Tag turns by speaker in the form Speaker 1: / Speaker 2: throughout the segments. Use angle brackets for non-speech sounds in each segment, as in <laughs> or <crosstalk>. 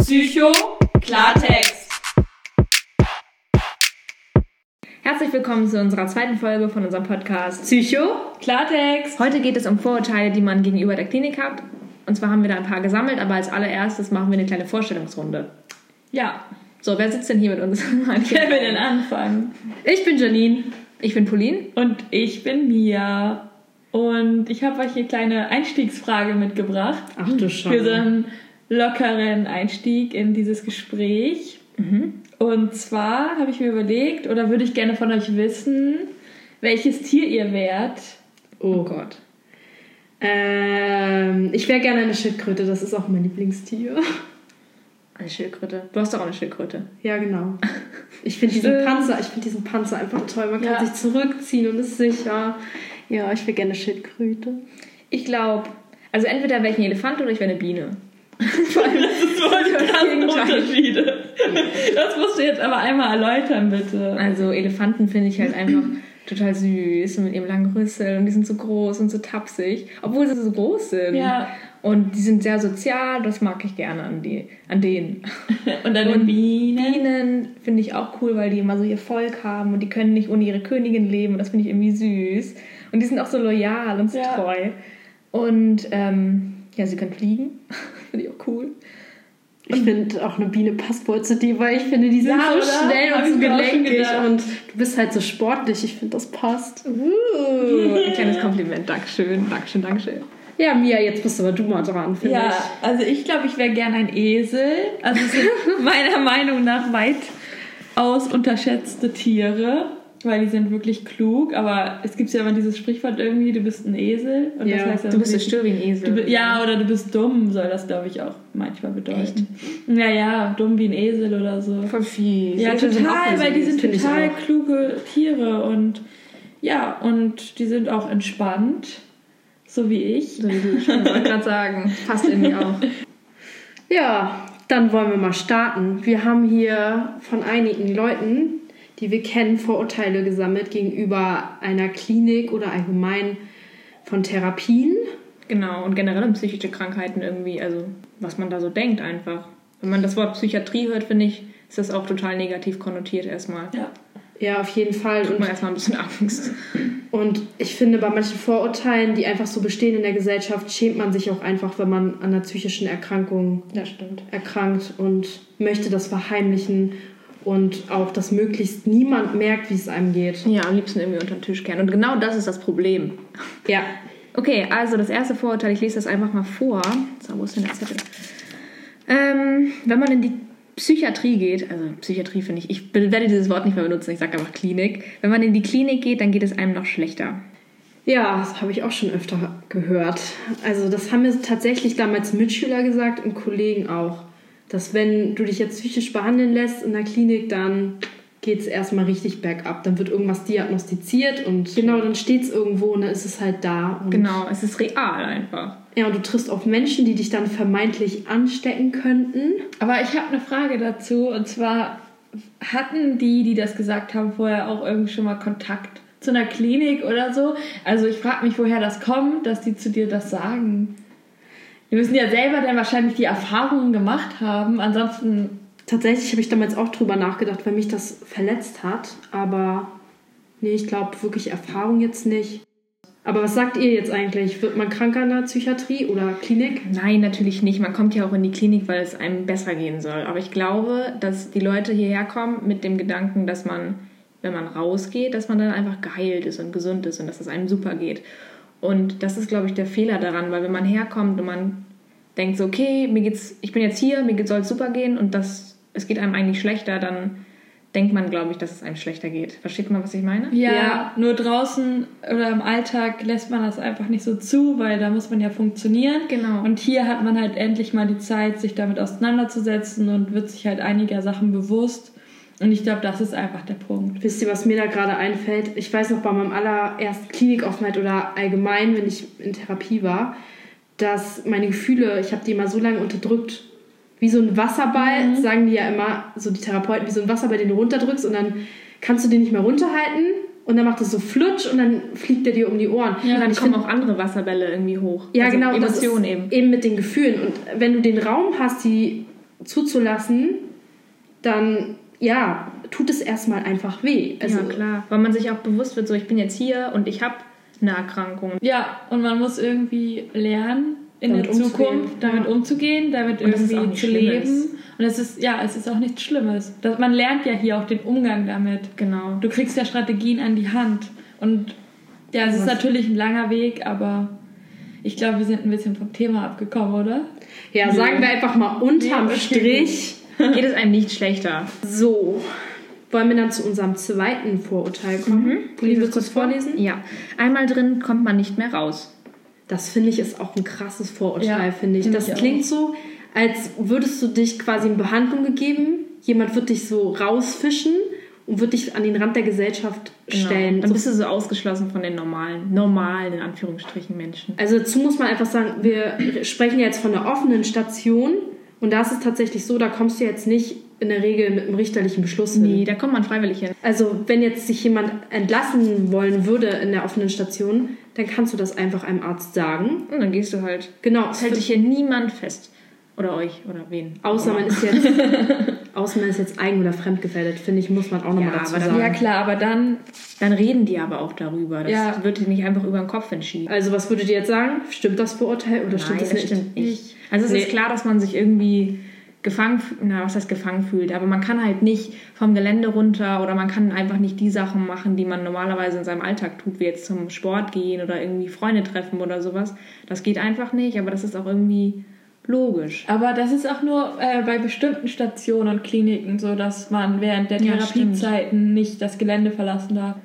Speaker 1: Psycho Klartext.
Speaker 2: Herzlich willkommen zu unserer zweiten Folge von unserem Podcast.
Speaker 1: Psycho Klartext.
Speaker 2: Heute geht es um Vorurteile, die man gegenüber der Klinik hat. Und zwar haben wir da ein paar gesammelt, aber als allererstes machen wir eine kleine Vorstellungsrunde.
Speaker 1: Ja,
Speaker 2: So, wer sitzt denn hier mit uns? <laughs>
Speaker 1: wer will denn anfangen?
Speaker 2: Ich bin Janine. Ich bin Pauline.
Speaker 1: Und ich bin Mia. Und ich habe euch hier kleine Einstiegsfrage mitgebracht.
Speaker 3: Ach du
Speaker 1: Für so
Speaker 3: Scheiße.
Speaker 1: einen lockeren Einstieg in dieses Gespräch. Mhm. Und zwar habe ich mir überlegt, oder würde ich gerne von euch wissen, welches Tier ihr wärt.
Speaker 3: Oh Gott. Ähm, ich wäre gerne eine Schildkröte, das ist auch mein Lieblingstier. <laughs>
Speaker 2: Eine Schildkröte. Du hast doch auch eine Schildkröte.
Speaker 3: Ja, genau. Ich finde diesen
Speaker 1: Stimmt.
Speaker 3: Panzer, ich finde diesen Panzer einfach toll. Man kann
Speaker 1: Ja.
Speaker 3: sich zurückziehen und ist sicher. Ja, ich wäre gerne eine Schildkröte.
Speaker 2: Ich glaube, also entweder wäre ich ein Elefant oder ich wäre eine Biene.
Speaker 1: Voll die krassen
Speaker 2: Gegenteil.
Speaker 1: Unterschiede. Das musst du jetzt aber einmal erläutern, bitte.
Speaker 2: Also Elefanten finde ich halt einfach total süß und mit ihrem langen Rüssel und die sind so groß und so tapsig, obwohl sie so groß sind.
Speaker 1: Ja.
Speaker 2: Und die sind sehr sozial, das mag ich gerne an, die,
Speaker 1: <laughs>
Speaker 2: an denen.
Speaker 1: Und dann
Speaker 2: Und
Speaker 1: Bienen.
Speaker 2: Bienen finde ich auch cool, weil die immer so ihr Volk haben und die können nicht ohne ihre Königin leben und das finde ich irgendwie süß. Und die sind auch so loyal und so
Speaker 1: Ja.
Speaker 2: treu. Und ähm, ja, sie können fliegen, <laughs> finde ich auch cool.
Speaker 3: Ich finde auch eine Biene passt wohl zu dir, weil ich finde, die sind
Speaker 1: Ja,
Speaker 3: so
Speaker 1: oder?
Speaker 3: schnell
Speaker 1: Hab
Speaker 3: und
Speaker 1: ich
Speaker 3: so
Speaker 1: mir auch schon
Speaker 3: gelenkig
Speaker 1: gedacht.
Speaker 3: und du bist halt so sportlich. Ich finde, das passt.
Speaker 2: Uh, ein
Speaker 1: <laughs>
Speaker 2: kleines Kompliment, Dankeschön, Dankeschön, Dankeschön.
Speaker 3: Ja, Mia, jetzt bist aber du mal dran, finde
Speaker 1: Ja,
Speaker 3: ich.
Speaker 1: also ich glaube, ich wäre gern ein Esel. Also es sind
Speaker 2: <laughs>
Speaker 1: meiner Meinung nach weitaus unterschätzte Tiere, weil die sind wirklich klug. Aber es gibt ja immer dieses Sprichwort irgendwie, du bist ein Esel. Und
Speaker 3: Ja,
Speaker 1: ja
Speaker 2: Du bist so
Speaker 1: irgendwie-
Speaker 2: still wie ein Esel.
Speaker 1: Also du bi- Ja, oder du bist dumm, soll das, glaube ich, auch manchmal bedeuten. Naja, dumm wie ein Esel oder so.
Speaker 2: Voll fies.
Speaker 1: Ja,
Speaker 2: Esel sind auch
Speaker 1: total,
Speaker 2: voll
Speaker 1: weil die
Speaker 2: süß.
Speaker 1: sind
Speaker 3: finde ich
Speaker 1: total
Speaker 3: auch.
Speaker 1: kluge Tiere und ja, und die sind auch entspannt, so wie ich.
Speaker 2: So wie du, ich wollte gerade sagen, passt irgendwie auch.
Speaker 3: Ja, dann wollen wir mal starten. Wir haben hier von einigen Leuten, die wir kennen, Vorurteile gesammelt gegenüber einer Klinik oder allgemein von Therapien.
Speaker 2: <laughs> Genau, und generell um psychische Krankheiten irgendwie, also was man da so denkt einfach. Wenn man das Wort Psychiatrie hört, finde ich, ist das auch total negativ konnotiert erstmal.
Speaker 1: Ja.
Speaker 3: Ja, auf jeden Fall.
Speaker 2: Tut
Speaker 3: Und,
Speaker 2: man erstmal ein bisschen Angst.
Speaker 3: und ich finde, bei manchen Vorurteilen, die einfach so bestehen in der Gesellschaft, schämt man sich auch einfach, wenn man an einer psychischen Erkrankung
Speaker 2: Das stimmt.
Speaker 3: erkrankt und möchte das verheimlichen und auch, dass möglichst niemand merkt, wie es einem geht.
Speaker 2: Ja, am liebsten irgendwie unter den Tisch kehren. Und genau das ist das Problem.
Speaker 3: Ja,
Speaker 2: Okay, also das erste Vorurteil, ich lese das einfach mal vor. So, wo ist denn der Zettel? Ähm, wenn man in die Psychiatrie geht, also Psychiatrie finde ich, ich be- werde dieses Wort nicht mehr benutzen, ich sage einfach Klinik. Wenn man in die Klinik geht, dann geht es einem noch schlechter.
Speaker 3: Ja, das habe ich auch schon öfter gehört. Also das haben mir tatsächlich damals Mitschüler gesagt und Kollegen auch, dass wenn du dich jetzt psychisch behandeln lässt in der Klinik, dann geht es erstmal richtig bergab. Dann wird irgendwas diagnostiziert und genau, dann steht es irgendwo und dann ist es halt da. Und
Speaker 2: Genau, es ist real einfach.
Speaker 3: Ja, und du triffst auf Menschen, die dich dann vermeintlich anstecken könnten.
Speaker 1: Aber ich habe eine Frage dazu und zwar hatten die, die das gesagt haben, vorher auch irgendwie schon mal Kontakt zu einer Klinik oder so? Also ich frage mich, woher das kommt, dass die zu dir das sagen. Die müssen ja selber dann wahrscheinlich die Erfahrungen gemacht haben, ansonsten
Speaker 3: Tatsächlich habe ich damals auch drüber nachgedacht, weil mich das verletzt hat. Aber nee, ich glaube wirklich Erfahrung jetzt nicht. Aber was sagt ihr jetzt eigentlich? Wird man kranker in der Psychiatrie oder Klinik?
Speaker 2: Nein, natürlich nicht. Man kommt ja auch in die Klinik, weil es einem besser gehen soll. Aber ich glaube, dass die Leute hierher kommen mit dem Gedanken, dass man, wenn man rausgeht, dass man dann einfach geheilt ist und gesund ist und dass es einem super geht. Und das ist, glaube ich, der Fehler daran, weil wenn man herkommt und man denkt so, okay, mir geht's, ich bin jetzt hier, mir soll es super gehen und das, es geht einem eigentlich schlechter, dann denkt man, glaube ich, dass es einem schlechter geht. Versteht man, was ich meine?
Speaker 1: ja,
Speaker 3: Ja.
Speaker 1: nur draußen oder im Alltag lässt man das einfach nicht so zu, weil da muss man ja funktionieren.
Speaker 2: Genau.
Speaker 1: Und hier hat man halt endlich mal die Zeit, sich damit auseinanderzusetzen und wird sich halt einiger Sachen bewusst. Und ich glaube, das ist einfach der Punkt.
Speaker 3: Wisst ihr, was mir da gerade einfällt? Ich weiß noch, bei meinem allerersten Klinikaufenthalt oder allgemein, wenn ich in Therapie war, dass meine Gefühle, ich habe die immer so lange unterdrückt. Wie so ein Wasserball,
Speaker 2: Mhm.
Speaker 3: sagen die ja immer, so die Therapeuten, wie so ein Wasserball, den du runterdrückst und dann kannst du den nicht mehr runterhalten und dann macht es so flutsch und dann fliegt der dir um die Ohren.
Speaker 1: Ja,
Speaker 2: Und dann
Speaker 3: ich
Speaker 2: kommen
Speaker 3: find-
Speaker 2: auch andere Wasserbälle irgendwie hoch.
Speaker 3: Ja,
Speaker 2: Also
Speaker 3: genau. und das
Speaker 2: Emotionen
Speaker 3: ist
Speaker 2: eben.
Speaker 3: Eben mit den Gefühlen. Und wenn du den Raum hast, die zuzulassen, dann ja, tut es erstmal einfach weh. Also,
Speaker 2: ja, klar. Weil man sich auch bewusst wird, so ich bin jetzt hier und ich habe eine Erkrankung.
Speaker 1: Ja, und man muss irgendwie lernen, in
Speaker 3: Damit
Speaker 1: der
Speaker 3: umzugehen.
Speaker 1: Zukunft damit umzugehen, damit
Speaker 2: Und dass es auch
Speaker 1: irgendwie
Speaker 2: nichts
Speaker 1: zu leben.
Speaker 2: Schlimmes.
Speaker 1: Und es ist, ja, es ist auch nichts Schlimmes. Das, man lernt ja hier auch den Umgang damit.
Speaker 2: Genau.
Speaker 1: Du kriegst ja Strategien an die Hand. Und ja, es ist natürlich ein langer Weg, aber ich glaube, wir sind ein bisschen vom Thema abgekommen, oder?
Speaker 3: ja, sagen wir einfach mal unterm
Speaker 1: Nee, okay.
Speaker 3: Strich.
Speaker 2: Geht es einem nicht schlechter.
Speaker 3: So, wollen wir dann zu unserem zweiten Vorurteil kommen? Poli, willst du es vorlesen?
Speaker 2: Ja. Einmal drin kommt man nicht mehr raus.
Speaker 3: Das finde ich ist auch ein krasses Vorurteil,
Speaker 1: Ja,
Speaker 3: finde ich.
Speaker 1: finde
Speaker 3: Das
Speaker 1: ich auch.
Speaker 3: klingt so, als würdest du dich quasi in Behandlung gegeben, jemand wird dich so rausfischen und wird dich an den Rand der Gesellschaft stellen.
Speaker 2: Genau. Dann
Speaker 3: So,
Speaker 2: bist du so ausgeschlossen von den normalen, normalen in Anführungsstrichen Menschen.
Speaker 3: also dazu muss man einfach sagen, wir sprechen ja jetzt von einer offenen Station und da ist es tatsächlich so, da kommst du jetzt nicht in der Regel mit einem richterlichen Beschluss hin.
Speaker 2: Nee, da kommt man freiwillig hin.
Speaker 3: Also wenn jetzt sich jemand entlassen wollen würde in der offenen Station, dann kannst du das einfach einem Arzt sagen.
Speaker 2: Und dann gehst du halt.
Speaker 3: Genau,
Speaker 2: Es hält dich hier niemand fest. Oder euch oder wen.
Speaker 3: Außer man ist jetzt,
Speaker 2: <laughs>
Speaker 3: außer man ist jetzt eigen- oder fremdgefährdet, finde ich, muss man auch nochmal
Speaker 2: Ja,
Speaker 3: dazu
Speaker 2: aber das-
Speaker 3: sagen.
Speaker 1: Ja, klar, aber dann,
Speaker 2: Dann reden die aber auch darüber. Das
Speaker 1: Ja.
Speaker 2: wird dir nicht einfach über den Kopf entschieden.
Speaker 3: Also was würdet ihr jetzt sagen? Stimmt das Vorurteil oder stimmt das nicht?
Speaker 2: nicht. Also es
Speaker 3: Nee.
Speaker 2: ist klar, dass man sich irgendwie gefangen, f- na was heißt gefangen fühlt, aber man kann halt nicht vom Gelände runter oder man kann einfach nicht die Sachen machen, die man normalerweise in seinem Alltag tut, wie jetzt zum Sport gehen oder irgendwie Freunde treffen oder sowas. Das geht einfach nicht, aber das ist auch irgendwie logisch.
Speaker 1: aber das ist auch nur äh, bei bestimmten Stationen und Kliniken so, dass man während der
Speaker 2: Ja,
Speaker 1: Therapiezeiten nicht das Gelände verlassen darf.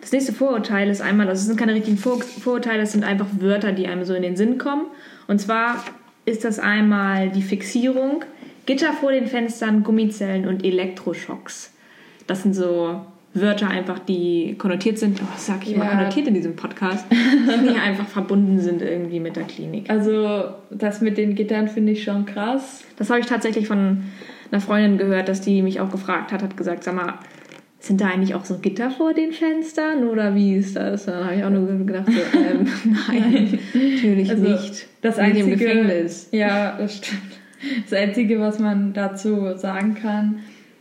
Speaker 2: Das nächste Vorurteil ist einmal, also es sind keine richtigen Vor Vorurteile, das sind einfach Wörter, die einem so in den Sinn kommen. Und zwar ist das einmal die Fixierung, Gitter vor den Fenstern, Gummizellen und Elektroschocks. Das sind so Wörter einfach, die konnotiert sind. Oh, was sag ich immer
Speaker 1: Ja.
Speaker 2: konnotiert in diesem Podcast? die einfach verbunden sind irgendwie mit der Klinik.
Speaker 1: Also das mit den Gittern finde ich schon krass.
Speaker 2: Das habe ich tatsächlich von einer Freundin gehört, dass die mich auch gefragt hat, hat gesagt, sag mal, sind da eigentlich auch so Gitter vor den Fenstern oder wie ist das? Und dann habe ich auch nur gedacht, <laughs> so, ähm, nein, natürlich
Speaker 1: Also,
Speaker 2: nicht.
Speaker 1: Das
Speaker 2: Mit
Speaker 1: einzige,
Speaker 2: dem Gefängnis.
Speaker 1: Ja, das stimmt. Das einzige, was man dazu sagen kann,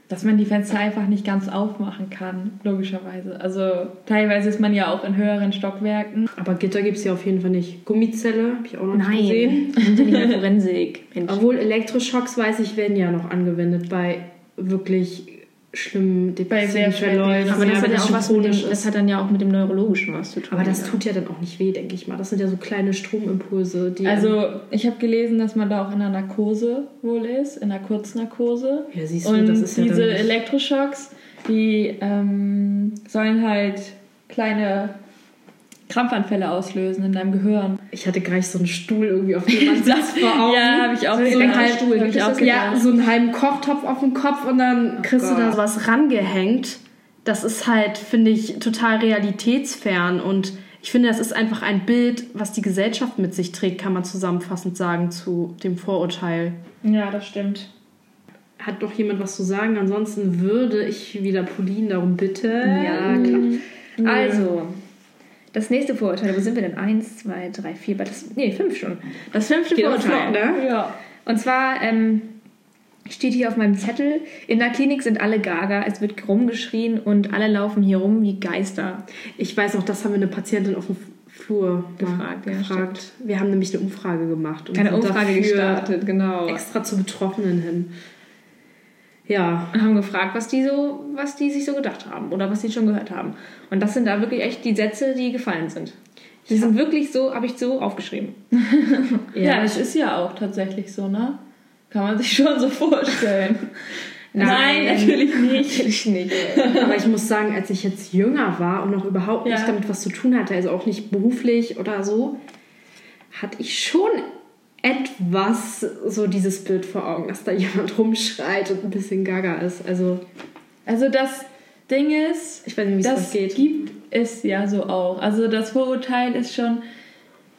Speaker 1: dass man die Fenster einfach nicht ganz aufmachen kann, logischerweise. Also teilweise ist man ja auch in höheren Stockwerken.
Speaker 3: Aber Gitter gibt es ja auf jeden Fall nicht. Gummizelle, habe ich auch noch nicht
Speaker 2: Nein,
Speaker 3: gesehen.
Speaker 2: wir sind ja nicht in der Forensik. Mensch.
Speaker 3: Obwohl Elektroschocks, weiß ich, werden ja noch angewendet bei wirklich schlimmen
Speaker 1: Bei sehr
Speaker 3: depressiven
Speaker 1: schweren
Speaker 3: Verläufen.
Speaker 2: aber das,
Speaker 1: ja,
Speaker 2: hat ja
Speaker 3: wenn
Speaker 2: auch
Speaker 3: schon
Speaker 2: was mit
Speaker 3: chronisch
Speaker 2: dem,
Speaker 3: ist.
Speaker 2: das hat dann ja auch mit dem Neurologischen was zu tun.
Speaker 3: aber das
Speaker 2: ja.
Speaker 3: tut ja dann auch nicht weh, denke ich mal. Das sind ja so kleine Stromimpulse, die.
Speaker 1: Also ich habe gelesen, dass man da auch in einer Narkose wohl ist, in einer Kurznarkose.
Speaker 3: ja, siehst du,
Speaker 1: Und
Speaker 3: das ist ja
Speaker 1: diese
Speaker 3: dann
Speaker 1: Elektroschocks, die ähm, sollen halt kleine Krampfanfälle auslösen in deinem Gehirn.
Speaker 3: Ich hatte gleich so einen Stuhl irgendwie auf dem <laughs> man sitzt vor Augen.
Speaker 1: Ja, habe ich auch
Speaker 3: so einen,
Speaker 1: gedacht.
Speaker 3: halben,
Speaker 1: Hab ich auch
Speaker 3: ja, Oh
Speaker 1: gedacht.
Speaker 3: so einen halben Kochtopf auf dem Kopf und dann kriegst du da
Speaker 2: Gott.
Speaker 3: sowas rangehängt. Das ist halt, finde ich, total realitätsfern und ich finde, das ist einfach ein Bild, was die Gesellschaft mit sich trägt, kann man zusammenfassend sagen zu dem Vorurteil.
Speaker 1: Ja, das stimmt.
Speaker 3: Hat noch jemand was zu sagen? Ansonsten würde ich wieder Pauline darum bitten.
Speaker 2: Ja, klar. Also, das nächste Vorurteil, wo sind wir denn? Eins, zwei, drei, vier, das, nee, fünf schon. Das fünfte
Speaker 3: Geht auch
Speaker 2: Vorurteil.
Speaker 3: flott, ne?
Speaker 1: Ja.
Speaker 2: Und zwar ähm, steht hier auf meinem Zettel, in der Klinik sind alle gaga, es wird rumgeschrien und alle laufen hier rum wie Geister.
Speaker 3: Ich weiß noch, das haben wir eine Patientin auf dem Flur mal
Speaker 2: Gefragt, ja,
Speaker 3: gefragt. wir haben nämlich eine Umfrage gemacht. und
Speaker 2: Keine
Speaker 3: sind
Speaker 2: Umfrage
Speaker 3: dafür
Speaker 2: gestartet, genau.
Speaker 3: Extra zu Betroffenen hin. Ja,
Speaker 2: Und haben gefragt, was die so, was die sich so gedacht haben oder was die schon gehört haben. Und das sind da wirklich echt die Sätze, die gefallen sind. Die sind wirklich so, habe ich so aufgeschrieben.
Speaker 1: Ja. das ist ja auch tatsächlich so, ne? Kann man sich <laughs> schon so vorstellen. Nein, natürlich
Speaker 2: nicht. Natürlich nicht.
Speaker 3: aber ich muss sagen, als ich jetzt jünger war und noch überhaupt
Speaker 1: Ja.
Speaker 3: nicht damit was zu tun hatte, also auch nicht beruflich oder so, hatte ich schon etwas so dieses Bild vor Augen, dass da jemand rumschreit und ein bisschen gaga ist. Also
Speaker 1: Also das Ding ist,
Speaker 3: ich weiß nicht, wie es
Speaker 1: das
Speaker 3: das geht.
Speaker 1: gibt es ja so auch. Also das Vorurteil ist schon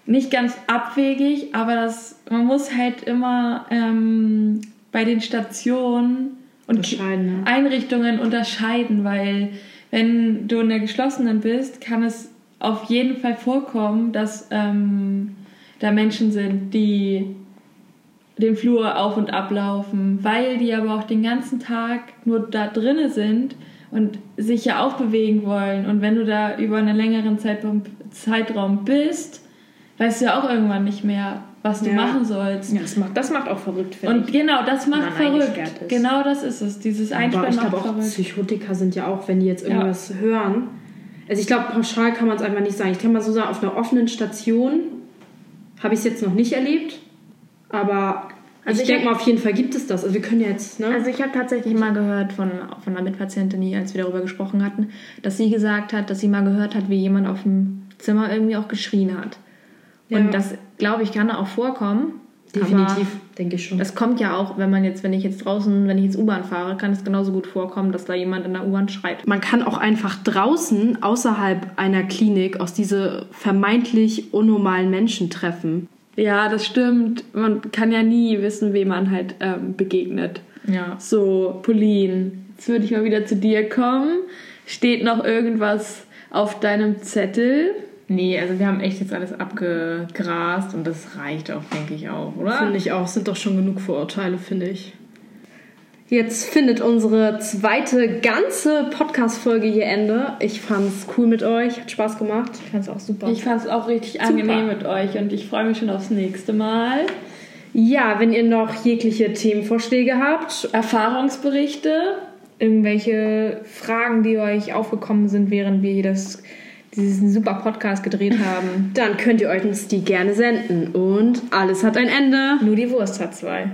Speaker 1: nicht ganz abwegig, aber das, man muss halt immer ähm, bei den Stationen und
Speaker 3: Unterscheiden, ne?
Speaker 1: Einrichtungen unterscheiden, weil wenn du in der geschlossenen bist, kann es auf jeden Fall vorkommen, dass ähm, da Menschen sind, die den Flur auf und ablaufen, weil die aber auch den ganzen Tag nur da drinne sind und sich ja auch bewegen wollen. Und wenn du da über einen längeren Zeitraum, Zeitraum bist, weißt du ja auch irgendwann nicht mehr, was du
Speaker 3: Ja.
Speaker 1: machen sollst.
Speaker 2: Das macht, das macht auch verrückt, finde
Speaker 1: Und
Speaker 2: ich.
Speaker 1: genau, das macht
Speaker 2: Wenn man
Speaker 1: verrückt.
Speaker 2: eingesperrt ist.
Speaker 1: Genau das ist es. Dieses
Speaker 3: Aber
Speaker 1: Einsperren
Speaker 3: ich
Speaker 1: macht
Speaker 3: glaube auch,
Speaker 1: verrückt.
Speaker 3: Psychotiker sind ja auch, wenn die jetzt irgendwas hören. Also ich glaube, pauschal kann man es einfach nicht sagen. Ich kann mal so sagen, auf einer offenen Station habe ich es jetzt noch nicht erlebt. Aber
Speaker 2: Also
Speaker 3: ich,
Speaker 2: ich
Speaker 3: denke
Speaker 2: hab-
Speaker 3: mal, auf jeden Fall gibt es das. Also wir können ja jetzt, ne?
Speaker 2: Also ich habe tatsächlich mal gehört von, von einer Mitpatientin, die, als wir darüber gesprochen hatten, dass sie gesagt hat, dass sie mal gehört hat, wie jemand auf dem Zimmer irgendwie auch geschrien hat.
Speaker 3: Ja.
Speaker 2: Und das, glaube ich, kann auch vorkommen. Aber
Speaker 3: Definitiv, denke ich schon.
Speaker 2: das kommt ja auch, wenn man jetzt, wenn ich jetzt draußen, wenn ich jetzt U-Bahn fahre, kann es genauso gut vorkommen, dass da jemand in der U-Bahn schreit.
Speaker 3: Man kann auch einfach draußen außerhalb einer Klinik aus diese vermeintlich unnormalen Menschen treffen.
Speaker 1: Ja, das stimmt. Man kann ja nie wissen, wem man halt ähm, begegnet.
Speaker 2: Ja.
Speaker 1: So, Pauline, jetzt würde ich mal wieder zu dir kommen. Steht noch irgendwas auf deinem Zettel?
Speaker 2: Nee, also wir haben echt jetzt alles abgegrast und das reicht auch, denke ich auch, oder?
Speaker 3: Finde ich auch, sind doch schon genug Vorurteile, finde ich. Jetzt findet unsere zweite ganze Podcast-Folge ihr Ende. Ich fand's cool mit euch, hat Spaß gemacht.
Speaker 2: Ich fand es auch super.
Speaker 1: Ich fand es auch richtig angenehm mit euch und ich freue mich schon aufs nächste Mal.
Speaker 3: Ja, wenn ihr noch jegliche Themenvorschläge habt,
Speaker 1: Erfahrungsberichte.
Speaker 2: irgendwelche Fragen, die euch aufgekommen sind, während wir hier das, diesen super Podcast gedreht haben.
Speaker 3: dann könnt ihr euch uns die gerne senden. Und alles hat ein Ende.
Speaker 2: Nur die Wurst hat zwei.